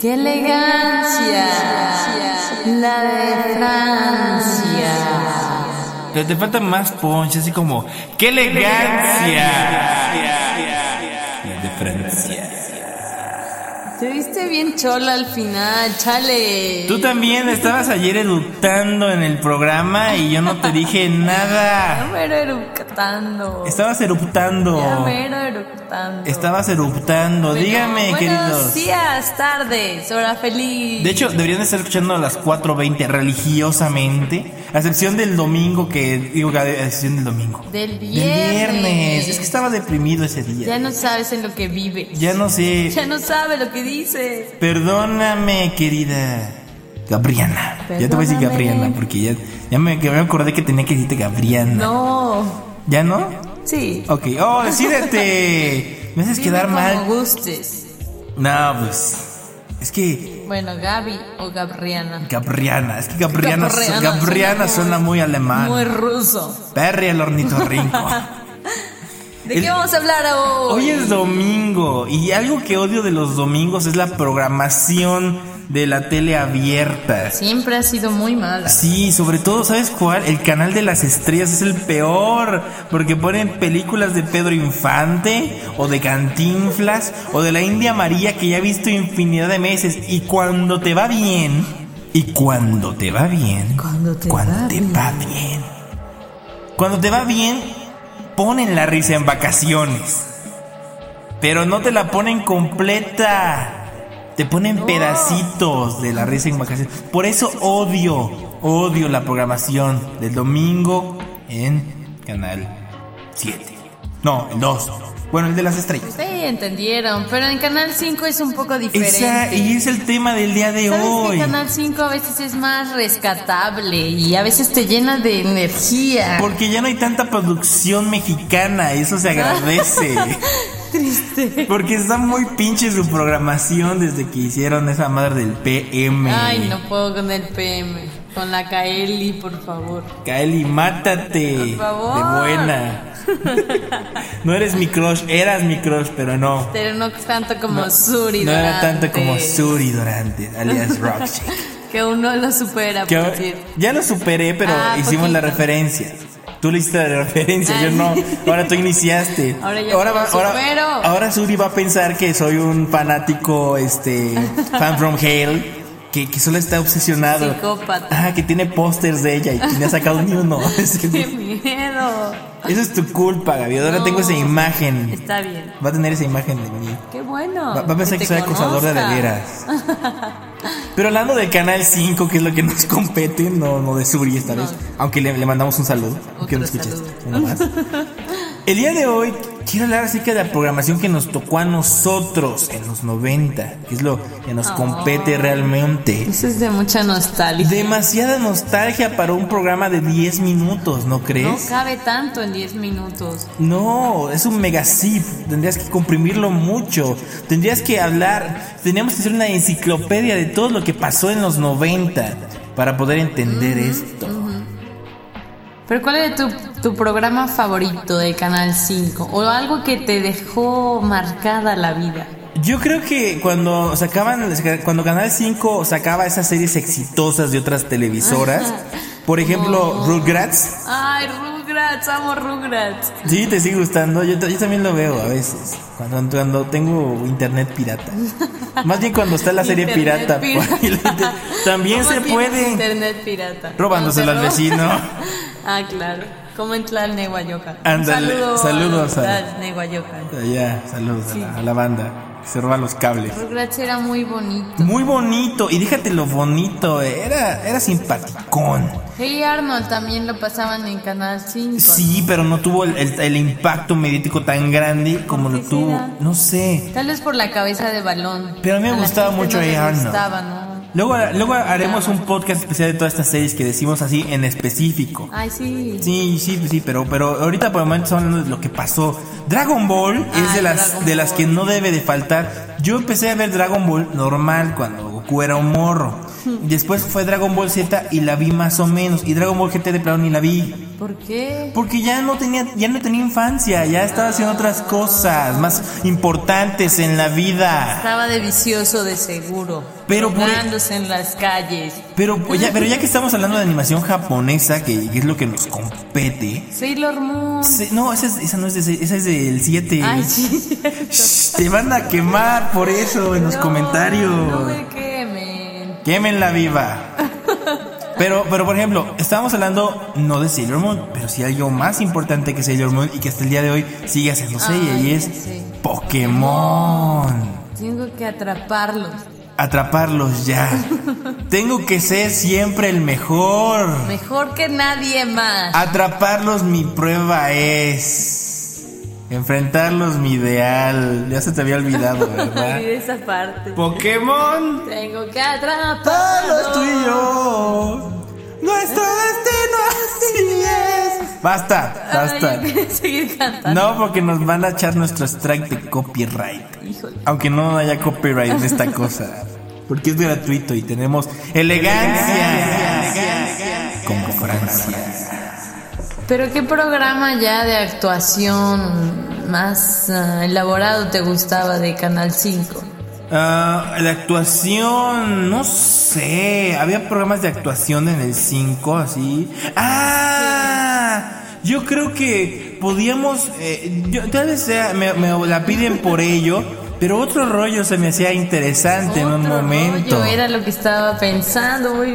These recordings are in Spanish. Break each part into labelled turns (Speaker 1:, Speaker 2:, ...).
Speaker 1: ¡Qué elegancia! La de Francia.
Speaker 2: Te, te falta más punch, así como ¡Qué elegancia! La de Francia.
Speaker 1: Te viste bien chola al final, chale.
Speaker 2: Tú también estabas ayer eructando en el programa y yo no te dije
Speaker 1: Ya
Speaker 2: nada.
Speaker 1: mero eructando.
Speaker 2: Estabas eructando.
Speaker 1: Ya mero eructando.
Speaker 2: Estabas eructando.
Speaker 1: Bueno,
Speaker 2: Dígame,
Speaker 1: buenos
Speaker 2: queridos.
Speaker 1: días, tardes, hora feliz.
Speaker 2: De hecho, deberían estar escuchando a las 4.20 religiosamente, a excepción del domingo que... Digo, a excepción del domingo.
Speaker 1: del
Speaker 2: Del
Speaker 1: viernes.
Speaker 2: viernes. Es que estaba deprimido ese día.
Speaker 1: Ya no sabes en lo que vives.
Speaker 2: Ya no sé.
Speaker 1: Ya no sabes lo que dices.
Speaker 2: Perdóname, querida Gabriana. Ya te voy a decir
Speaker 1: Perdóname.
Speaker 2: Gabriela, porque ya, ya, me, que me acordé que tenía que decirte Gabriana.
Speaker 1: No.
Speaker 2: ¿Ya no?
Speaker 1: Sí.
Speaker 2: Ok. Oh, decídete. me haces
Speaker 1: Dime
Speaker 2: quedar
Speaker 1: como
Speaker 2: mal.
Speaker 1: gustes.
Speaker 2: No, pues. Es que
Speaker 1: Bueno, Gaby o Gabriana.
Speaker 2: Gabriana. Es que Gabriana, su-
Speaker 1: Gabriana,
Speaker 2: Gabriana
Speaker 1: suena
Speaker 2: suena muy alemán.
Speaker 1: Muy ruso.
Speaker 2: Perry el ornitorrinco.
Speaker 1: ¿De
Speaker 2: El-
Speaker 1: qué vamos a hablar hoy?
Speaker 2: Hoy es domingo y algo que odio de los domingos es la programación de la tele abierta.
Speaker 1: Siempre ha sido muy mala.
Speaker 2: Sí, sobre todo, ¿sabes cuál? El canal de las estrellas es el peor, porque ponen películas de Pedro Infante, o de Cantinflas, o de la India María que ya he visto infinidad de meses, y cuando te va bien, y cuando te va bien,
Speaker 1: Cuando te va bien.
Speaker 2: va bien, cuando te va bien, ponen la risa en vacaciones, pero no te la ponen completa. Te ponen pedacitos de la risa en vacaciones. Por eso odio, odio la programación del domingo en Canal 7. No, el 2. Bueno, el de las estrellas.
Speaker 1: Sí, entendieron, pero en Canal 5 es un poco diferente.
Speaker 2: Esa, y es el tema del día de
Speaker 1: ¿Sabes que
Speaker 2: hoy.
Speaker 1: Canal 5 a veces es más rescatable y a veces te llena de energía?
Speaker 2: Porque ya no hay tanta producción mexicana, eso se agradece.
Speaker 1: Triste.
Speaker 2: Porque está muy pinche su programación desde que hicieron esa madre del PM.
Speaker 1: Ay, no puedo con el PM. Con la Kaeli, por favor.
Speaker 2: Kaeli, mátate.
Speaker 1: Por favor.
Speaker 2: De buena. no eres mi crush, eras mi crush, pero no.
Speaker 1: Pero no tanto como Suri.
Speaker 2: No era tanto
Speaker 1: Dorante,
Speaker 2: como Suri Durante, alias Rockshake.
Speaker 1: Que uno lo supera,
Speaker 2: Que
Speaker 1: por decir.
Speaker 2: ya lo superé, pero
Speaker 1: Ah,
Speaker 2: hicimos la
Speaker 1: poquito.
Speaker 2: referencia. Tú le hiciste la referencia,
Speaker 1: Ah,
Speaker 2: yo no.
Speaker 1: sí.
Speaker 2: Ahora tú iniciaste.
Speaker 1: Ahora yo
Speaker 2: ahora,
Speaker 1: lo supero.
Speaker 2: ahora, ahora Suri va a pensar que soy un fanático, este, fan from hell. Que, que solo está obsesionado.
Speaker 1: Psicópata.
Speaker 2: Ah, que tiene pósters de ella y que no ha sacado ni uno. Ese güey.
Speaker 1: ¡Qué miedo!
Speaker 2: Eso es tu culpa, Gaby. Ahora
Speaker 1: No.
Speaker 2: tengo esa imagen.
Speaker 1: Está bien.
Speaker 2: Va a tener esa imagen de mí.
Speaker 1: ¡Qué bueno!
Speaker 2: Va, va a pensar que,
Speaker 1: te
Speaker 2: soy acusador de
Speaker 1: conozca.
Speaker 2: de veras. Pero hablando del canal 5, que es lo que nos compete, no, no de Suri esta
Speaker 1: No.
Speaker 2: vez. Aunque le, le mandamos un saludo. aunque no
Speaker 1: Otro
Speaker 2: escuchaste.
Speaker 1: saludo.
Speaker 2: Uno más. El día de hoy quiero hablar acerca de la programación que nos tocó a nosotros en los 90, que es lo que nos compete realmente.
Speaker 1: Eso es de mucha nostalgia.
Speaker 2: Demasiada nostalgia para un programa de 10 minutos, ¿no crees?
Speaker 1: No cabe tanto en 10 minutos.
Speaker 2: No, es un mega zip. Tendrías que comprimirlo mucho. Tendrías que hablar. Tendríamos que hacer una enciclopedia de todo lo que pasó en los 90 para poder entender esto.
Speaker 1: Pero ¿cuál era tu, tu programa favorito de Canal 5? ¿O algo que te dejó marcada la vida?
Speaker 2: Yo creo que cuando sacaban, cuando Canal 5 sacaba esas series exitosas de otras televisoras, por ejemplo, Rugrats.
Speaker 1: Ay, Rugrats, amo Rugrats.
Speaker 2: Sí, te sigue gustando. Yo, ta- yo también lo veo a veces. Cuando, cuando tengo internet pirata. Más bien cuando está la serie pirata. pues.
Speaker 1: Internet pirata.
Speaker 2: También
Speaker 1: ¿Cómo
Speaker 2: se
Speaker 1: tienes
Speaker 2: puede.
Speaker 1: Internet pirata.
Speaker 2: Robándoselo al
Speaker 1: ¿Cómo te
Speaker 2: vecino.
Speaker 1: roba? ah, claro. Como en Tlalnehuayoca.
Speaker 2: Ándale,
Speaker 1: Saludos.
Speaker 2: saludos a-
Speaker 1: Tlalnehuayoca.
Speaker 2: Ya, saludos a, la, a la banda. Se roba los cables.
Speaker 1: Rugrats era muy bonito.
Speaker 2: Muy bonito, y déjate lo bonito, era, era simpaticón.
Speaker 1: Hey Arnold también lo pasaban en Canal 5.
Speaker 2: Sí, pero no tuvo el, el- el impacto mediático tan grande como lo
Speaker 1: qué
Speaker 2: tuvo.
Speaker 1: será?
Speaker 2: No sé.
Speaker 1: Tal vez por la cabeza de balón.
Speaker 2: Pero a mí me
Speaker 1: la
Speaker 2: gustaba
Speaker 1: gente
Speaker 2: mucho
Speaker 1: no
Speaker 2: Hey
Speaker 1: le
Speaker 2: Arnold.
Speaker 1: gustaba, ¿no?
Speaker 2: Luego, luego haremos un podcast especial de todas estas series que decimos así en específico.
Speaker 1: Ay, sí.
Speaker 2: Sí, sí, pues sí, pero, pero ahorita por el momento estamos hablando de lo que pasó. Dragon Ball es
Speaker 1: Ay,
Speaker 2: de las,
Speaker 1: Ah, Dragon
Speaker 2: de las
Speaker 1: Ball.
Speaker 2: que no debe de faltar. Yo empecé a ver Dragon Ball normal cuando Goku era un morro.
Speaker 1: Hmm.
Speaker 2: Después fue Dragon Ball Z y la vi más o menos. Y Dragon Ball GT de plano ni la vi.
Speaker 1: ¿Por qué?
Speaker 2: Porque ya no tenía, ya no tenía infancia, ya estaba haciendo otras cosas más importantes en la vida.
Speaker 1: Estaba de vicioso de seguro.
Speaker 2: Pero por-
Speaker 1: Jugándose en las calles.
Speaker 2: Pero ya, pero ya que estamos hablando de animación japonesa, que es lo que nos compete.
Speaker 1: Sailor Moon.
Speaker 2: se- no, esa, es- esa no es de, ese- esa es del 7.
Speaker 1: Ay, sí.
Speaker 2: Shh, Te van a quemar por eso en los
Speaker 1: No,
Speaker 2: comentarios.
Speaker 1: No me quemen.
Speaker 2: Quémenla viva. Pero, pero por ejemplo, estábamos hablando no de Sailor Moon, pero sí algo más importante que Sailor Moon y que hasta el día de hoy sigue haciendo serie
Speaker 1: Ay,
Speaker 2: y es
Speaker 1: ya sé.
Speaker 2: Pokémon.
Speaker 1: Tengo que atraparlos.
Speaker 2: Atraparlos ya. Tengo que ser siempre el mejor.
Speaker 1: Mejor que nadie más.
Speaker 2: Ah, Atraparlos mi prueba es. Enfrentarlos mi ideal. Ya se te había olvidado, ¿verdad?
Speaker 1: Olvidé esa parte.
Speaker 2: Pokémon
Speaker 1: Tengo que atraparlos.
Speaker 2: Solo tú y yo. Nuestro destino así es. Basta, basta.
Speaker 1: Ay, yo quería seguir cantando.
Speaker 2: No, porque nos van a echar nuestro strike de copyright.
Speaker 1: Híjole.
Speaker 2: Aunque no haya copyright en esta cosa. Porque es gratuito y tenemos elegancia. Como Francia.
Speaker 1: Pero qué programa ya de actuación más ah, elaborado te gustaba de Canal 5.
Speaker 2: Ah, la actuación, no sé. Había programas de actuación en el 5, así. ¡Ah! Yo creo que podíamos. eh, yo- tal vez sea- me, me la piden por ello. Pero otro rollo se me hacía interesante en un
Speaker 1: Otro
Speaker 2: momento.
Speaker 1: rollo, era lo que estaba pensando, muy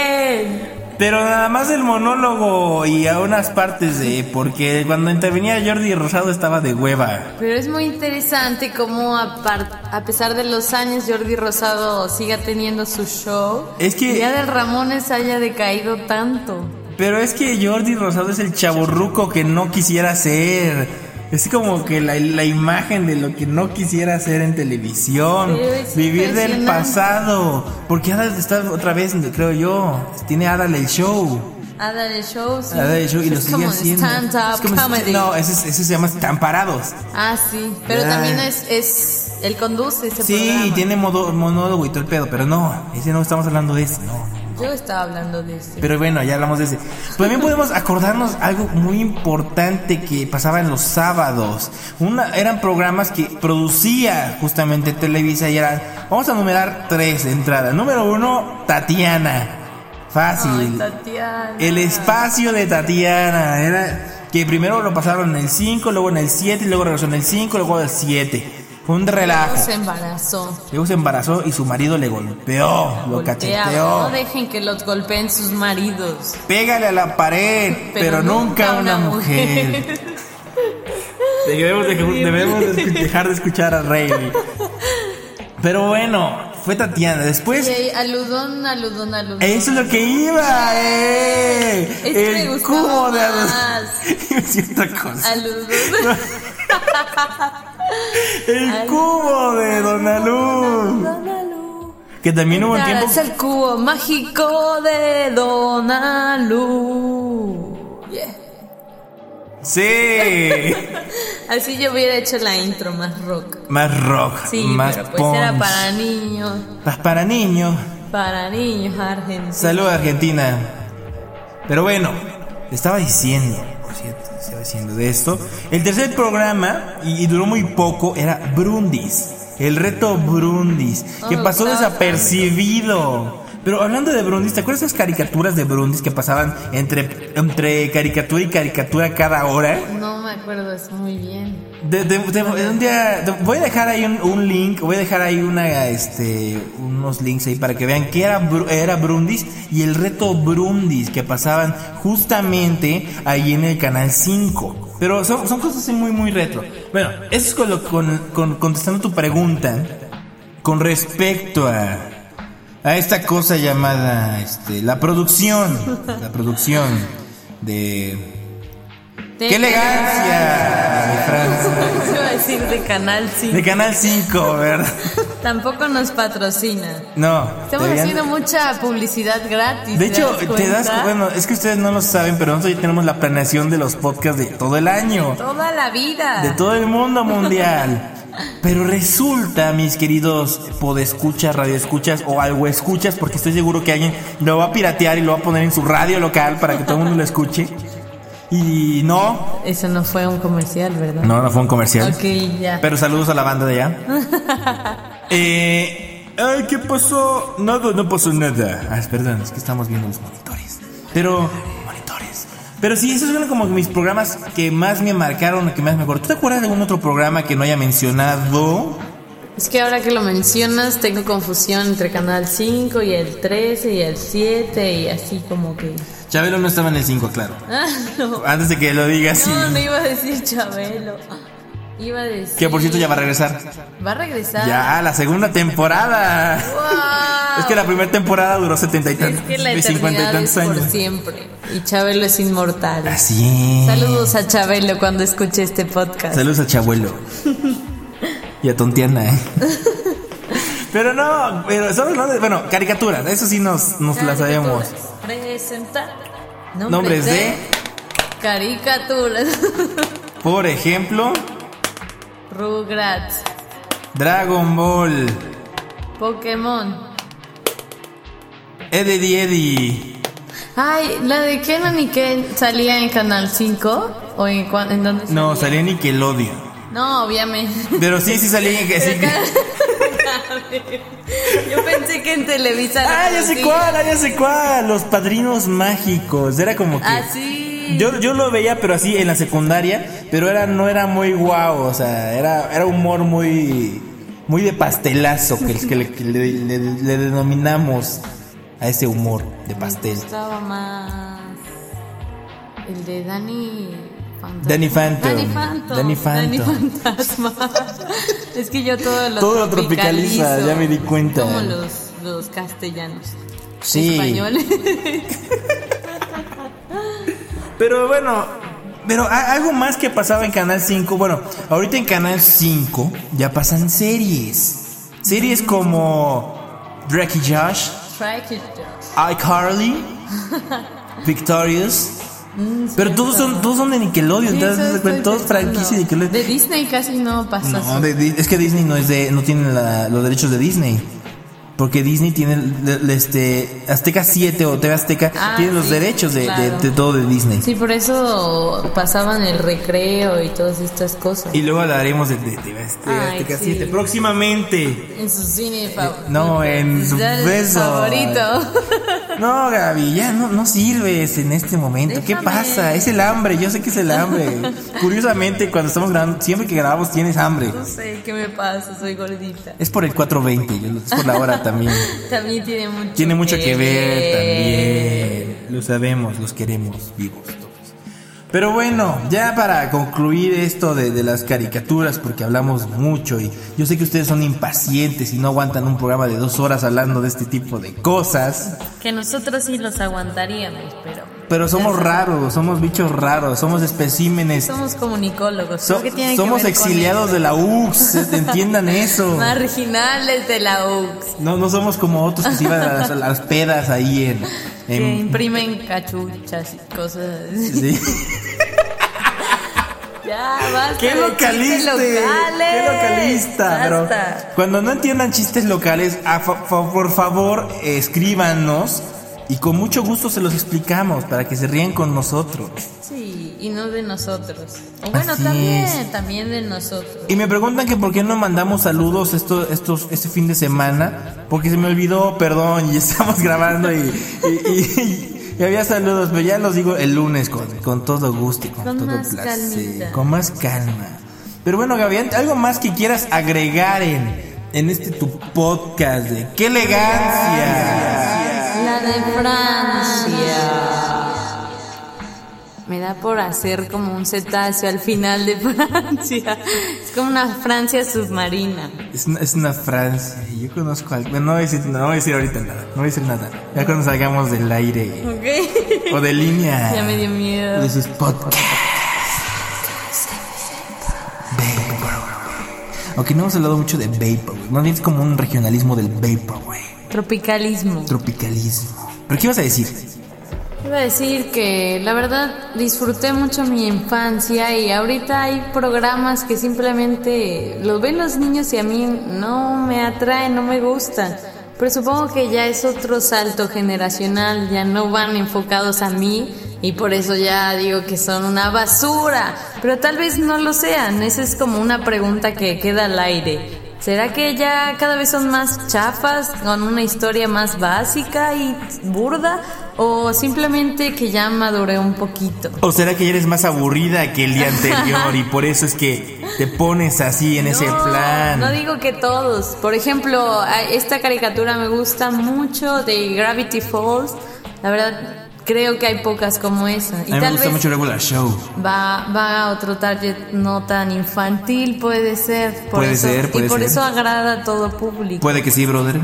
Speaker 1: bien.
Speaker 2: Pero nada más el monólogo y a unas partes de. Porque cuando intervenía Jordi Rosado estaba de hueva.
Speaker 1: Pero es muy interesante cómo a, par- a pesar de los años Jordi Rosado siga teniendo su show.
Speaker 2: Es que-
Speaker 1: Y ya del Ramones haya decaído tanto.
Speaker 2: Pero es que Jordi Rosado es el chaborruco que no quisiera ser. Es como que la, la imagen de lo que no quisiera ser en televisión.
Speaker 1: Pero es
Speaker 2: Vivir del
Speaker 1: impresionante.
Speaker 2: pasado. Porque Adal está otra vez, creo yo. Tiene Adal el show.
Speaker 1: Ada de show, sí.
Speaker 2: Adal el show y
Speaker 1: Es
Speaker 2: lo sigue
Speaker 1: como
Speaker 2: haciendo.
Speaker 1: Stand
Speaker 2: Es como
Speaker 1: up
Speaker 2: si-
Speaker 1: comedy.
Speaker 2: no, ese, es- ese se llama Están Parados.
Speaker 1: Ah, sí. Pero
Speaker 2: Ya.
Speaker 1: también es, es. Él conduce ese
Speaker 2: Sí,
Speaker 1: programa.
Speaker 2: y tiene modo- monólogo y todo el pedo. Pero no, ese no estamos hablando de ese. No,
Speaker 1: Yo estaba hablando de este eso.
Speaker 2: Pero bueno, ya hablamos de ese. También podemos acordarnos algo muy importante que pasaba en los sábados. Una, eran programas que producía justamente Televisa y eran. Vamos a numerar tres entradas. Número uno, Tatiana.
Speaker 1: Ay,
Speaker 2: Fácil.
Speaker 1: Tatiana.
Speaker 2: El espacio de Tatiana. Era que primero lo pasaron en el 5, luego en el 7, luego regresó en el 5, luego en el 7. Fue un relajo.
Speaker 1: se embarazó.
Speaker 2: Luego se embarazó y su marido le golpeó, lo
Speaker 1: Golpeaba.
Speaker 2: cacheteó.
Speaker 1: No dejen que los golpeen sus maridos.
Speaker 2: Pégale a la pared, pero, nunca a una mujer. Debemos, de, debemos de escu- dejar de escuchar a Rayleigh. Pero bueno, fue Tatiana. Después,
Speaker 1: Oye, aludón, aludón, aludón.
Speaker 2: eso es lo que iba, ¡eh!
Speaker 1: Es que me
Speaker 2: El
Speaker 1: gustaba
Speaker 2: cubo de adoz-
Speaker 1: más.
Speaker 2: Iba a decir otra cosa.
Speaker 1: Aludón.
Speaker 2: El cubo de Donalú.
Speaker 1: Don Alú.
Speaker 2: Que también hubo un
Speaker 1: Ahora
Speaker 2: tiempo.
Speaker 1: Es el cubo mágico de Donalú. Yeah.
Speaker 2: Sí.
Speaker 1: Así yo hubiera hecho la intro más rock.
Speaker 2: Más rock.
Speaker 1: Sí,
Speaker 2: más
Speaker 1: pero pues era
Speaker 2: punch.
Speaker 1: para niños,
Speaker 2: Más para niños.
Speaker 1: para niños argentinos.
Speaker 2: Salud Argentina. Pero bueno, te estaba diciendo, por cierto, te estaba diciendo de esto. El tercer programa, y, y duró muy poco, era Brundis. El reto Brundis, que
Speaker 1: Oh,
Speaker 2: pasó
Speaker 1: claro.
Speaker 2: desapercibido. Pero hablando de Brundis, ¿te acuerdas esas caricaturas de Brundis que pasaban entre, entre caricatura y caricatura cada hora?
Speaker 1: No me acuerdo eso muy bien.
Speaker 2: De, de- de- de un día, de- voy a dejar ahí un, un link, voy a dejar ahí una, este, unos links ahí para que vean que era, Bru- era Brundis y el reto Brundis que pasaban justamente ahí en el canal 5. Pero son, son cosas así muy, muy retro. Bueno, eso es con, lo- con- con- contestando tu pregunta con respecto a, a esta cosa llamada este, la producción. La producción de...
Speaker 1: De-
Speaker 2: ¡Qué elegancia! De, Francia,
Speaker 1: Se iba a decir de Canal 5.
Speaker 2: de Canal 5, ¿verdad?
Speaker 1: Tampoco nos patrocina.
Speaker 2: No.
Speaker 1: Estamos
Speaker 2: deberían-
Speaker 1: haciendo mucha publicidad gratis.
Speaker 2: De hecho,
Speaker 1: das
Speaker 2: te das
Speaker 1: cuenta?
Speaker 2: bueno, es que ustedes no lo saben, pero nosotros ya tenemos la planeación de los podcasts de todo el año,
Speaker 1: Toda la vida.
Speaker 2: de todo el mundo mundial. Pero resulta, mis queridos podescuchas, radioescuchas o algo escuchas, porque estoy seguro que alguien lo va a piratear y lo va a poner en su radio local para que todo el mundo lo escuche. Y no,
Speaker 1: Eso no fue un comercial, ¿verdad?
Speaker 2: no, no fue un comercial.
Speaker 1: Ok, ya.
Speaker 2: Pero saludos a la banda de allá. Eh, ay, ¿qué pasó? Nada, no pasó nada. Ah, perdón, es que estamos viendo los monitores. Pero, monitores. Pero sí, esos son como mis programas que más me marcaron, que más me acuerdo. ¿Tú te acuerdas de algún otro programa que no haya mencionado?
Speaker 1: Es que ahora que lo mencionas, tengo confusión entre Canal 5 y el 13 y el 7 y así como que.
Speaker 2: Chabelo no estaba en el 5, claro.
Speaker 1: Ah, no.
Speaker 2: Antes de que lo digas, sí.
Speaker 1: No, no iba a decir Chabelo. Iba a decir.
Speaker 2: Que por cierto ya va a regresar.
Speaker 1: Va a regresar.
Speaker 2: Ya, la segunda temporada.
Speaker 1: ¡Guau!
Speaker 2: Es que la primera temporada duró setenta y
Speaker 1: Es
Speaker 2: tantos,
Speaker 1: que la
Speaker 2: y cincuenta y
Speaker 1: eternidad es
Speaker 2: tantos
Speaker 1: por
Speaker 2: años.
Speaker 1: siempre. Y Chabelo es inmortal.
Speaker 2: Así es.
Speaker 1: Saludos a Chabelo cuando escuche este podcast.
Speaker 2: Saludos a Chabuelo. Y a Tontiana, ¿eh? Pero no, pero estamos hablando de- bueno, caricaturas, eso sí nos, nos las sabemos.
Speaker 1: Presentar.
Speaker 2: Nombres de,
Speaker 1: Caricaturas.
Speaker 2: por ejemplo,
Speaker 1: Rugrats.
Speaker 2: Dragon Ball,
Speaker 1: Pokémon.
Speaker 2: Eddie Eddie,
Speaker 1: Ay, la de Kenan y Ken salía en Canal 5 o en, cuan- en dónde
Speaker 2: no,
Speaker 1: salía?
Speaker 2: salía Nickelodeon.
Speaker 1: No, obviamente.
Speaker 2: Pero sí, sí salía en que sí.
Speaker 1: Pero cada- Yo pensé que en Televisa. lo
Speaker 2: Ah, ya sé
Speaker 1: conocía.
Speaker 2: cuál, ah, ya sé cuál, los padrinos mágicos. Era como que
Speaker 1: Ah, sí.
Speaker 2: Yo, yo lo veía, pero así en la secundaria, pero era, no era muy guau, o sea, era, era humor muy, muy de pastelazo, que, es que le, que le- le- le denominamos a ese humor de pastel.
Speaker 1: gustaba más el de Danny Phantom.
Speaker 2: Danny Phantom.
Speaker 1: Danny Phantom.
Speaker 2: Danny Phantom.
Speaker 1: Danny Fantasma. es que yo todo lo
Speaker 2: Todo lo tropicaliza,
Speaker 1: tropicalizo.
Speaker 2: ya me di cuenta.
Speaker 1: Como los, los castellanos.
Speaker 2: Sí.
Speaker 1: Españoles.
Speaker 2: Pero bueno, pero a- algo más que pasaba en Canal 5, bueno, ahorita en Canal 5 ya pasan series. Series como Drake y Josh,
Speaker 1: Strike it, Josh.
Speaker 2: iCarly, Victorious.
Speaker 1: Mm, sí,
Speaker 2: Pero todos son, todos son de Nickelodeon,
Speaker 1: sí,
Speaker 2: entonces,
Speaker 1: eso estoy
Speaker 2: todos
Speaker 1: pensando.
Speaker 2: franquicias de Nickelodeon.
Speaker 1: De Disney casi no pasó.
Speaker 2: No,
Speaker 1: así.
Speaker 2: de Di- es que Disney no es de, no tiene la- los derechos de Disney. Porque Disney tiene le- le- este Azteca 7 o TV Azteca
Speaker 1: Ah,
Speaker 2: tiene los
Speaker 1: sí,
Speaker 2: derechos de, de-
Speaker 1: claro.
Speaker 2: de todo de Disney.
Speaker 1: Sí, por eso pasaban el recreo y todas estas cosas.
Speaker 2: Y luego hablaremos de, de TV Azteca,
Speaker 1: Ay,
Speaker 2: Azteca
Speaker 1: sí.
Speaker 2: 7 próximamente.
Speaker 1: En su cine favorito.
Speaker 2: No, en su beso.
Speaker 1: favorito.
Speaker 2: No, Gaby, ya no, no sirves en este momento. ¿Qué
Speaker 1: Déjame.
Speaker 2: pasa? Es el hambre, yo sé que es el hambre. Curiosamente, cuando estamos grabando, siempre que grabamos tienes hambre.
Speaker 1: No sé qué me pasa, soy gordita.
Speaker 2: Es por el 420, yo lo- es por la hora también.
Speaker 1: También tiene mucho
Speaker 2: Tiene mucho que ver
Speaker 1: ver.
Speaker 2: también. Lo sabemos, los queremos vivos todos. Pero bueno, ya para concluir esto de, de las caricaturas, porque hablamos mucho y yo sé que ustedes son impacientes y no aguantan un programa de dos horas hablando de este tipo de cosas.
Speaker 1: Que nosotros sí los aguantaríamos, pero
Speaker 2: Pero somos raros, somos bichos raros, somos especímenes.
Speaker 1: somos comunicólogos.
Speaker 2: so-
Speaker 1: creo que tiene que
Speaker 2: somos
Speaker 1: ver con
Speaker 2: exiliados de la UX, entiendan eso.
Speaker 1: Marginales de la UX.
Speaker 2: No, no somos como otros que se iban a las, a las pedas ahí en...
Speaker 1: Que
Speaker 2: en-
Speaker 1: imprimen cachuchas y cosas. así.
Speaker 2: sí.
Speaker 1: Ya, basta.
Speaker 2: ¡Qué
Speaker 1: de chistes
Speaker 2: localista! ¡Qué
Speaker 1: locales!
Speaker 2: localista! Pero
Speaker 1: Basta.
Speaker 2: cuando no entiendan chistes locales, a fa- fa- por favor eh, escríbanos y con mucho gusto se los explicamos para que se rían con nosotros.
Speaker 1: Sí, y no de nosotros. O bueno,
Speaker 2: Así
Speaker 1: también,
Speaker 2: es.
Speaker 1: también de nosotros.
Speaker 2: Y me preguntan que por qué no mandamos saludos esto, estos, este fin de semana, porque se me olvidó, perdón, y estamos grabando y, y- y- y había saludos, pero ya los digo el lunes con, con todo gusto y con,
Speaker 1: Con
Speaker 2: todo
Speaker 1: más
Speaker 2: placer,
Speaker 1: calmita.
Speaker 2: con más calma. Pero bueno, Gabriel, algo más que quieras agregar en, en este tu podcast de ¡Qué elegancia!
Speaker 1: La de Francia. Me da por hacer como un cetáceo al final de Francia. Es como una Francia submarina.
Speaker 2: Es una, es una Francia. Yo conozco al. Bueno, no voy, a decir, no voy a decir ahorita nada. No voy a decir nada. Ya cuando salgamos del aire
Speaker 1: Ok.
Speaker 2: o de línea.
Speaker 1: ya me dio miedo.
Speaker 2: de sus podcasts. Vaporwave. Aunque no hemos hablado mucho de Vaporwave. Más bien es como un regionalismo del Vaporwave.
Speaker 1: Tropicalismo.
Speaker 2: Tropicalismo. ¿Pero qué ibas a decir?
Speaker 1: Iba a decir que la verdad disfruté mucho mi infancia y ahorita hay programas que simplemente los ven los niños y a mí no me atraen, no me gustan. Pero supongo que ya es otro salto generacional, ya no van enfocados a mí y por eso ya digo que son una basura. Pero tal vez no lo sean, esa es como una pregunta que queda al aire. ¿Será que ya cada vez son más chafas, con una historia más básica y burda? ¿O simplemente que ya maduré un poquito?
Speaker 2: ¿O será que ya eres más aburrida que el día anterior y por eso es que te pones así en ese
Speaker 1: No,
Speaker 2: plan?
Speaker 1: No digo que todos. Por ejemplo, a- esta caricatura me gusta mucho de Gravity Falls. La verdad, creo que hay pocas como esa.
Speaker 2: a mí me gusta mucho Regular Show.
Speaker 1: Va, va a otro target no tan infantil, puede ser. Por
Speaker 2: Puede
Speaker 1: eso,
Speaker 2: ser, puede
Speaker 1: y por
Speaker 2: ser.
Speaker 1: eso agrada a todo público.
Speaker 2: Puede que sí, brother.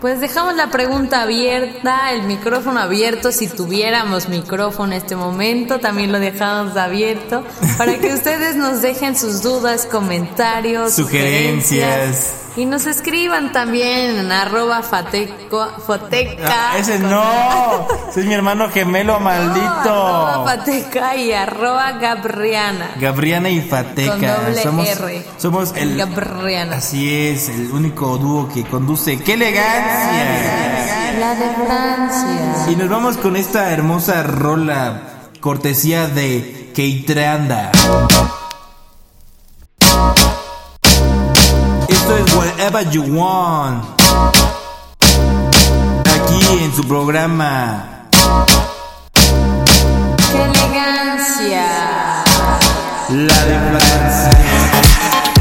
Speaker 1: Pues dejamos la pregunta abierta, el micrófono abierto, si tuviéramos micrófono en este momento, también lo dejamos abierto, para que ustedes nos dejen sus dudas, comentarios,
Speaker 2: Sugerencias.
Speaker 1: Y nos escriban también en arroba fateco, foteca.
Speaker 2: Ah, ese no. Ese es mi hermano gemelo
Speaker 1: Arroba
Speaker 2: maldito.
Speaker 1: fateca y arroba gabriana.
Speaker 2: Gabriana y Fateca.
Speaker 1: Con doble
Speaker 2: somos,
Speaker 1: R.
Speaker 2: somos el
Speaker 1: Gabriana.
Speaker 2: Así es, el único dúo que conduce. ¡Qué elegancia!
Speaker 1: La de Francia.
Speaker 2: Y nos vamos con esta hermosa rola cortesía de Keitranda. Esto es Whatever You Want. Aquí en su programa.
Speaker 1: ¡Qué elegancia!
Speaker 2: La de Francia.